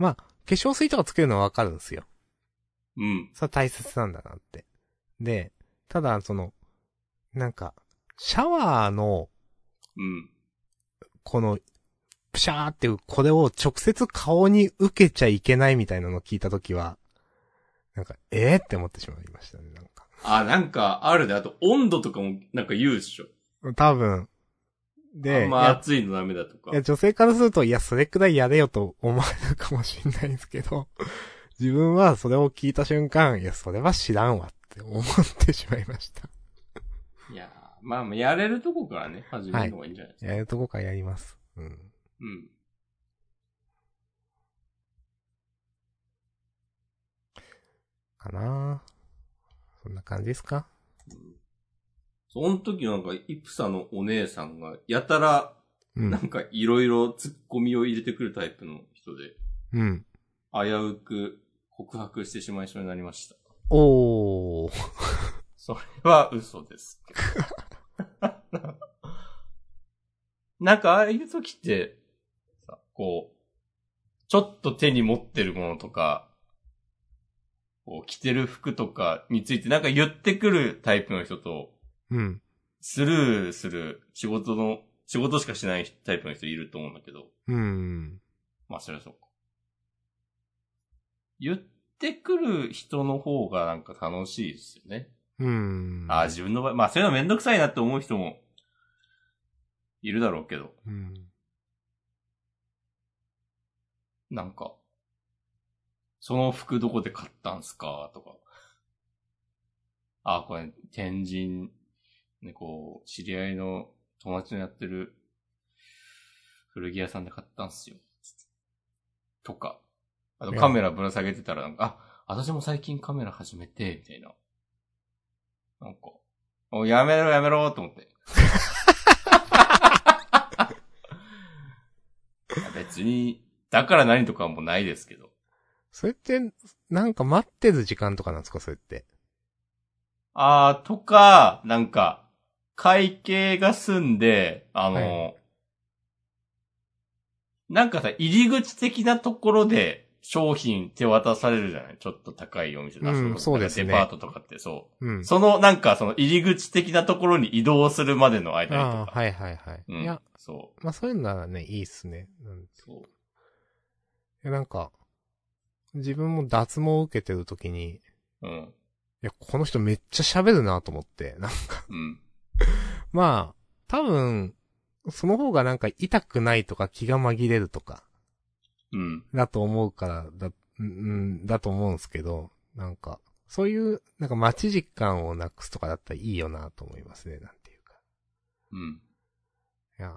ー、まあ、化粧水とかつけるのはわかるんですよ。
うん。
それは大切なんだなって。で、ただ、その、なんか、シャワーの、
うん。
この、プシャーっていう、これを直接顔に受けちゃいけないみたいなのを聞いたときは、なんか、えー、って思ってしまいましたね、なんか。
あ、なんか、あるで。あと、温度とかも、なんか言うでしょ。
多分。
あ
で、
んま暑いのダメだとか
いや、。女性からすると、いや、それくらいやれよと思われるかもしれないんですけど、 自分はそれを聞いた瞬間、いや、それは知らんわって思ってしまいました。
いやー、まあまあ、やれるとこからね、始めるのがいいんじゃないですか。
やるとこからやります。うん。
うん。
かなぁそんな感じですか
その時なんか、イプサのお姉さんが、やたら、
う。
なんんか、いろいろ突っ込みを入れてくるタイプの人で、
うん。
危うく告白してしまいそうになりました。
おー。
それは嘘です けど。なんかああいう時って、さこう、ちょっと手に持ってるものとか、こう着てる服とかについてなんか言ってくるタイプの人と、
うん。
スルーする仕事の、仕事しかしないタイプの人いると思うんだけど、
うん。
まあそりゃそうか。言ってくる人の方がなんか楽しいですよね。
うん。
ああ、自分の場合、まあそういうのめんどくさいなって思う人も、いるだろうけど、
うん。
なんか、その服どこで買ったんすかとか。ああ、これ、天神、ね、こう、知り合いの友達のやってる古着屋さんで買ったんすよ。つってとか、あとカメラぶら下げてたらなんか、あ、私も最近カメラ始めて、みたいな。なんか、おやめろやめろと思って。いや別に、だから何とかもないですけど。
それって、なんか待ってる時間とかなんですかそれって。
あー、とか、なんか、会計が済んで、あの、
は
なんかさ、入り口的なところで商品手渡されるじゃないちょっと高いお店だ
うん
の
そうですね
なんかデパートとかってそうう。
ん。
その、なんかその入り口的なところに移動するまでの間に
あ
と
あ、
か。
はいはいはい。
うん、
いや、
そう。
まあそういうのならね、いいっすね。うん
そう。
いやなんか、自分も脱毛を受けてる時に、い
うん。
や、この人めっちゃ喋るなと思って、なんか、
うん。
まあ、多分、その方がなんか痛くないとか気が紛れるとか、
うん。
だと思うからだ、うんうん、だと思うんですけど、なんか、そういう、なんか待ち時間をなくすとかだったらいいよなと思いますね、なんていうか。
うん。
いやー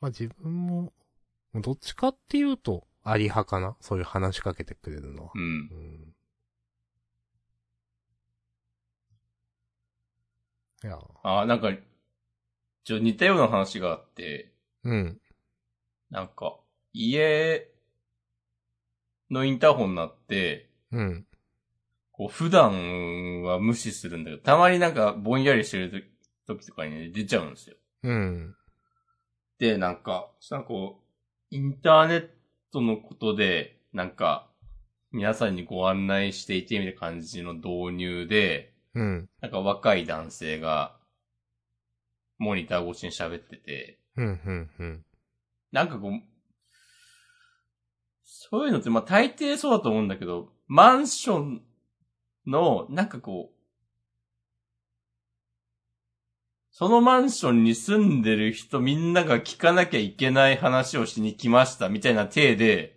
まあ自分も、もうどっちかっていうと、あり派かなそういう話しかけてくれるのは。
うん
う。ん。いやー、
あー、なんか、ちょ、似たような話があって、
うん。
なんか、家のインターホンになって、
うん。
こう普段は無視するんだけど、たまになんかぼんやりしてる時時とかに、ね、出ちゃうんですよ。
うん。
で、なんか、そしたらこう、インターネットのことで、なんか、皆さんにご案内していてみたいな感じの導入で、
うん。
なんか若い男性が、モニター越しに喋ってて、
うん。うん。うん。
なんかこう、そういうのって、まあ大抵そうだと思うんだけど、マンションの、なんかこう、そのマンションに住んでる人みんなが聞かなきゃいけない話をしに来ましたみたいな体で、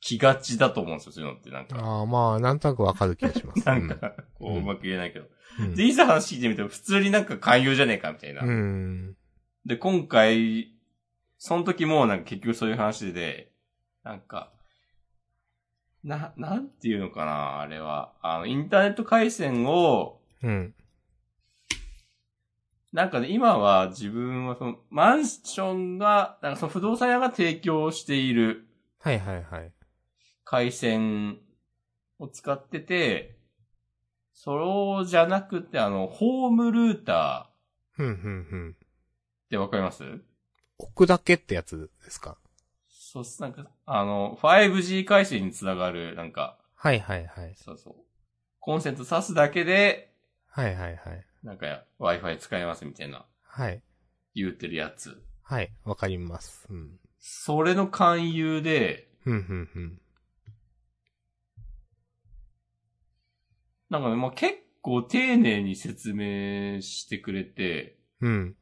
来がちだと思うんですよ、そういうのって。なんか、
ああ、まあ、なんとなくわかる気がします。
なんか、こ
うん
う、うまく言えないけど。
うん、
で、いざ話聞いてみたら、普通になんか勧誘じゃねえか、みたいな。
うん。
で、今回、その時もなんか結局そういう話で、なんか、な、なんていうのかな、あれは。あの、インターネット回線を、
うん。
なんかね、今は自分はその、マンションが、なんかその不動産屋が提供している
はいはいはい。
回線を使ってて、それじゃなくて、あの、ホームルーターっ
うん、うん、うん。
てわかります
置くだけってやつですか
そうっす、なんか、あの、5G 回線につながる、なんか、
はいはいはい。
そうそう。コンセント挿すだけで、
はいはいはい。
なんか Wi-Fi 使えますみたいな
はい。
言うてるやつ。
はい。わかります。うん。
それの勧誘で、
うん、うん、うん。
なんかね、もう結構丁寧に説明してくれて、
うん。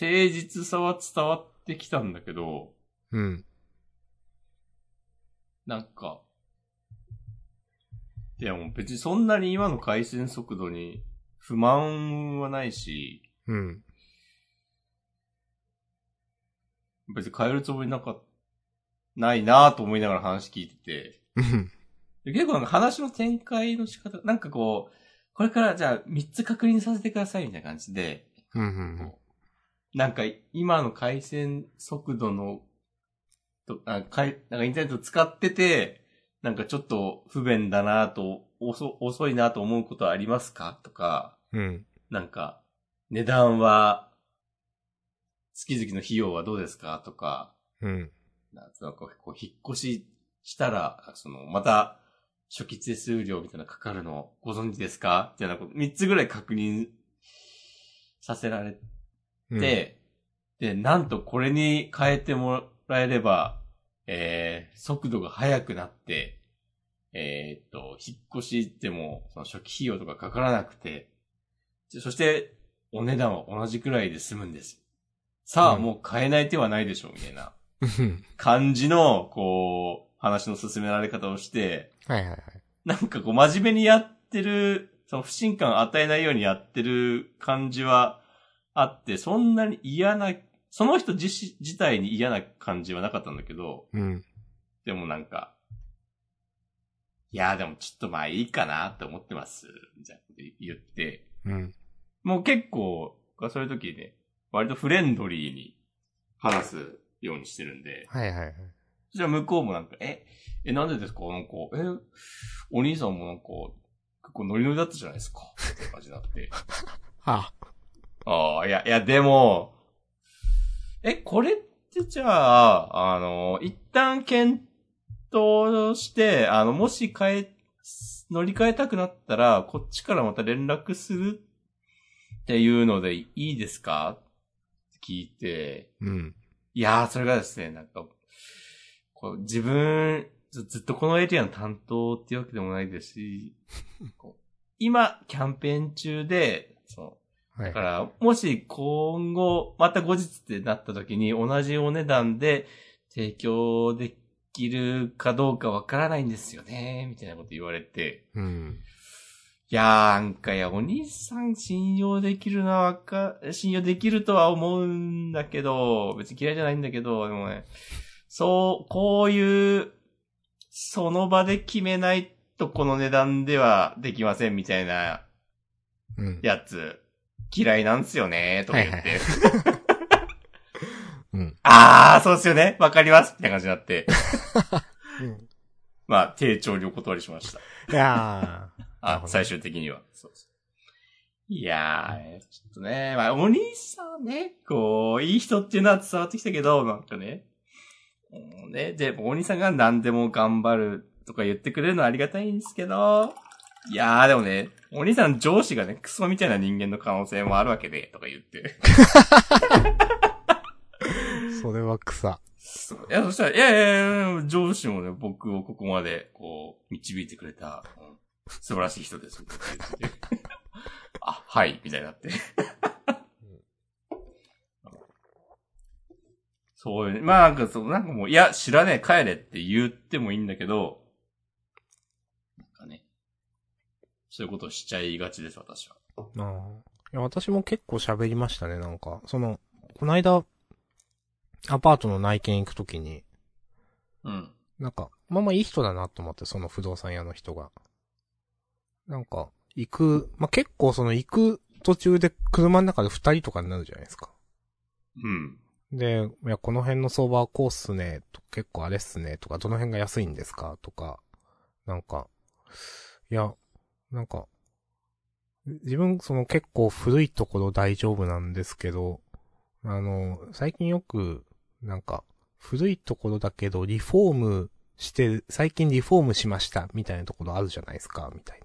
誠実さは伝わってきたんだけど、
うん。
なんか、いやもう別にそんなに今の回線速度に不満はないし、
うん。
別に変えるつもりなんか、ないなぁと思いながら話聞いてて、
うん。
で結構なんか話の展開の仕方、なんかこう、これからじゃあ3つ確認させてくださいみたいな感じで、
うんうん。
なんか今の回線速度の、とあかいなんかインターネット使ってて、なんかちょっと不便だなと、遅遅いなと思うことはありますかとか、
うん。
なんか値段は、月々の費用はどうですかとか、
うん。
なんつうのか、こう、引っ越ししたら、その、また、初期手数料みたいなのかかるの、ご存知ですかみたいなこと、三つぐらい確認させられ
うん、
て、で、なんとこれに変えてもらえれば、えー、速度が速くなって、えーっと、引っ越しでも、その初期費用とかかからなくて、でそして、お値段は同じくらいで済むんです。さあ、
うん
もう変えない手はないでしょう、みたいな。
うん
感じの、こう、話の進められ方をして、
はいはいはい。
なんかこう、真面目にやってる、その不信感を与えないようにやってる感じはあって、そんなに嫌な、その人自身自体に嫌な感じはなかったんだけど、
うん。
でもなんか、いや、でもちょっとまあいいかなって思ってます。みたいなこと言って、
うん。
もう結構、僕はそういう時ね、割とフレンドリーに話すようにしてるんで、
はいはいはい。
じゃあ向こうもなんか、え、え、なんでですかなんか、え、お兄さんもなんか、結構ノリノリだったじゃないですか。みたいな感じになって。
あ
ああ、いや、いや、でも、え、これってじゃあ、あの、一旦検討して、あの、もし変え、乗り換えたくなったら、こっちからまた連絡するっていうのでいいですかって聞いて、
うん。
いやー、それがですね、なんか、こう自分、ずずっとこのエリアの担当っていうわけでもないですし、こう今、キャンペーン中で、その、
は
だ
い
か。ら、もし今後、また後日ってなった時に同じお値段で提供できるかどうかわからないんですよね、みたいなこと言われて。
うん。
いやー、なんかいや、お兄さん信用できるな、わか、信用できるとは思うんだけど、別に嫌いじゃないんだけど、でもね、そう、こういう、その場で決めないとこの値段ではできません、みたいな
うん。
やつ、嫌いなんすよね、とか言って。
はいはうん。
あー、そうですよね。わかります。みたいな感じになって。
うん
まあ、丁重にお断りしました。
いやなる
あ
ほ、ど
最終的には。そうそういやー、ちょっとね、まあ、お兄さんね、こう、いい人っていうのは伝わってきたけど、なんかね、もうね、で、お兄さんが何でも頑張るとか言ってくれるのはありがたいんですけど、いやー、でもね、お兄さんの上司がね、クソみたいな人間の可能性もあるわけで、とか言って。
ーそれは草。
そういや、そしたら、いやいやいや、上司もね、僕をここまで、こう、導いてくれた、うん素晴らしい人です。 みたいな言っててあ、はい、みたいになって。 そういう、まあなんかそう、なんかもう、いや、知らねえ、帰れって言ってもいいんだけど、なんかね、そういうことをしちゃいがちです、私は。
あーいや私も結構喋りましたね、なんか。その、こないだ、アパートの内見行くときに、
うん。
なんか、まあまあいい人だなと思って、その不動産屋の人が。なんか、行く、まあ結構その行く途中で車の中で二人とかになるじゃないですか。
うん。
で、いや、この辺の相場はこうっすね、と結構あれっすね、とか、どの辺が安いんですか、とか、なんか、いや、なんか、自分、その結構古いところ大丈夫なんですけど、あの、最近よく、なんか、古いところだけど、リフォームしてる、最近リフォームしました、みたいなところあるじゃないですか、みたいな。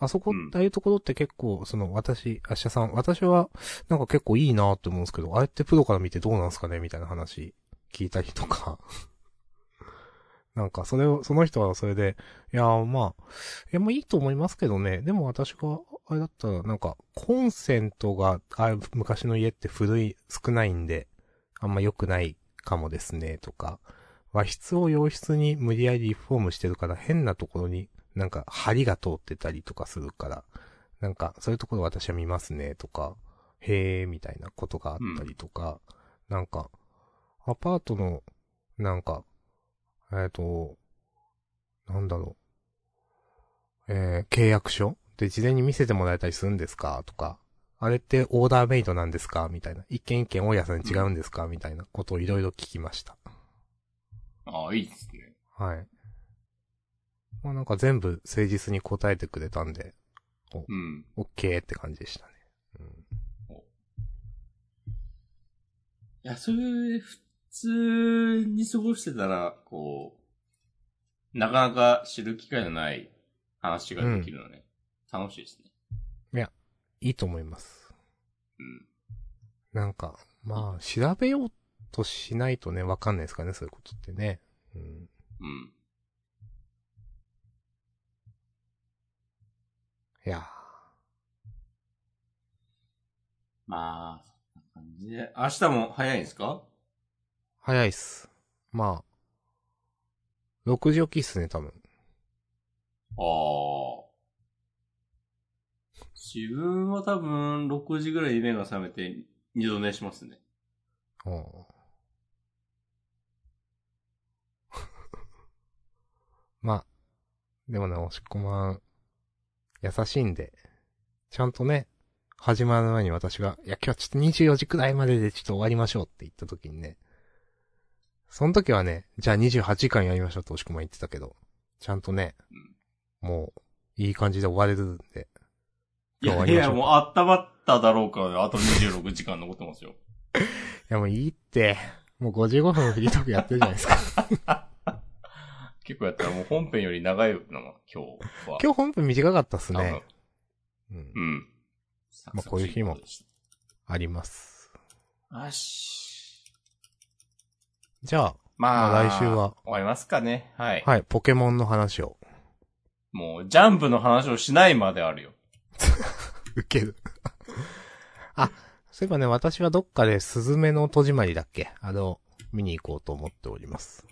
あそこ、
うん
ああいうところって結構、その、私、あっしゃさん、私は、なんか結構いいなって思うんですけど、あれってプロから見てどうなんすかねみたいな話聞いたりとか。 なんか、それを、その人はそれで、いやー、まあ、いや、まあいいと思いますけどね。でも私が、あれだったら、なんか、コンセントが、あ昔の家って古い、少ないんで、あんま良くないかもですね、とか、和室を洋室に無理やりリフォームしてるから変なところになんか針が通ってたりとかするから、なんかそういうところ私は見ますね、とか、へえ、みたいなことがあったりとか、なんか、アパートの、なんか、えっ、と、なんだろう、えー、契約書で事前に見せてもらえたりするんですかとか、あれってオーダーメイドなんですかみたいな。一件一件大家さんに違うんですかみたいなことをいろいろ聞きました。
ああ、いいですね。
はい。まあなんか全部誠実に答えてくれたんで、
うん。
オッケーって感じでしたね。
いや、それ、普通に過ごしてたら、こう、なかなか知る機会のない話ができるのね。楽しいですね。
いいと思います。
うん。
なんか、まあ、調べようとしないとね、わかんないですからね、そういうことってね。うん。
うん。
いや
まあ、そんな感じで。明日も早いんですか
ー、早いっす。まあ、6時起きっすね、多分。
ああ。自分は多分、6時ぐらいに目が覚めて、二度寝しますね。
お まあ、でもね、おしっこまん、優しいんで、ちゃんとね、始まる前に私が、いや、今日はちょっと24時くらいまででちょっと終わりましょうって言った時にね、その時はね、じゃあ28時間やりましょうっておしくまん言ってたけど、ちゃんとね、もう、いい感じで終われるんで、
いや
今日
い
終わり
や、
ましょう
もう温まっただろうから、あと26時間残ってますよ。
いやもういいって、もう55分フリートークやってるじゃないですか。
結構やったらもう本編より長いのが、今日は。
今日本編短かったっす
多分
ね。うん
うん。
まあこういう日もあります。
よし。
じゃあ、
まあ、
まあ来週は
終わりますかね。はい。
はい、ポケモンの話を。
もう、ジャンプの話をしないまであるよ。
受ける。 あ、そういえばね、私はどっかでスズメの戸締まりだっけあの、見に行こうと思っております。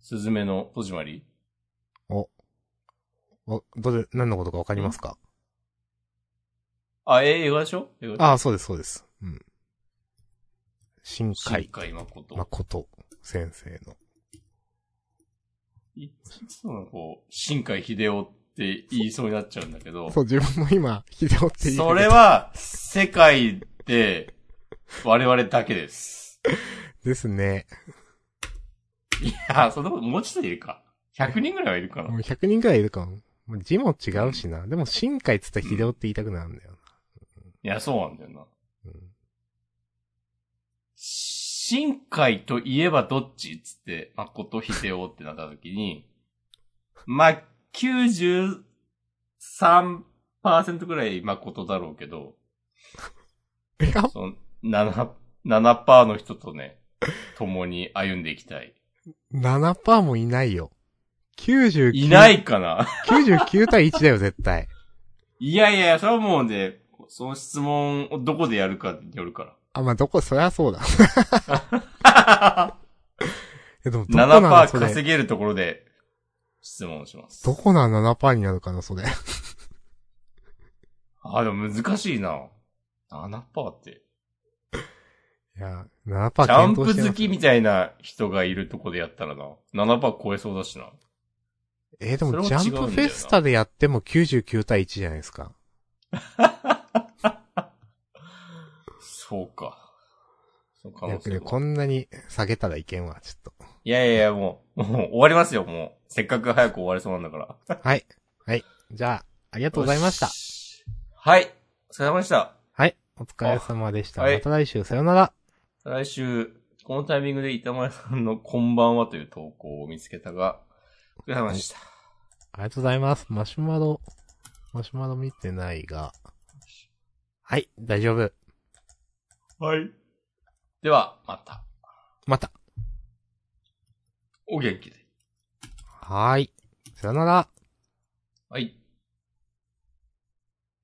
すずめの戸締まり
お、どれ、何のことかわかりますか
あ、え、映画でしょ映画でしょ
ああ、そうです、そうです。うん。新
新
海
海誠。
誠先生の。
いつもこう、新海秀夫って言いそうになっちゃうんだけど、
そう、自分も今、 秀夫って言いかけた
それは、世界で、我々だけ です。
ですね。
いや、そんなこと、もうちょっといるか。100人ぐらいはいるかな
もう。100人くらいいるかも。もう字も違うしな。でも、新海っつったら秀夫って言いたくなるんだよ
いや、そうなんだよな。
な。うん
新海といえばどっちつって、誠秀夫ってなった時に、まあ、93%くらい誠だろうけど、
いや、
その7、7%の人とね、共に歩んでいきたい。
7%もいないよ。99。
いないか な
99対1だよ、絶対。
いやいや、それはもうね、その質問をどこでやるかによるか
あ、まあ、どこ、そり ゃそうだ。
ら。
え、でも、どこなの
7%
それ
稼。げるところで質問します。
どこなの7%になるかな、それ。
あ、でも難しいな。7%って。
いや、7%
ジャン
検討
プ
して
好
ます。
きみたいな人がいるとこでやったらな。7%超えそうだしな。
えで
それ
も、
も
ジャ
違うんだ
ンプ
よな
フェスタでやっても99対1じゃないですか。
そうか。そうかもし
逆
れ
に
な
こんなに下げたらいけんわ、ちょっ
いやいやいや、もう、 もう終わりますよ、もう。せっかく早く終わりそうなんだから。ありが
と。はい。はい。じゃあ、ありがとうございました。。
はい。お疲れ様でした。
はい。お疲れ様でした。
あはい
また来週、さよなら。
来週、このタイミングで板前さんのこんばんはという投稿を見つけたが、お疲れ様でした。
ありがとうございます。マシュマロ、マシュマロ見てないが。はい、大丈夫。
はい。では、また。
また。
お元気で。
はーい。さよなら。
はい。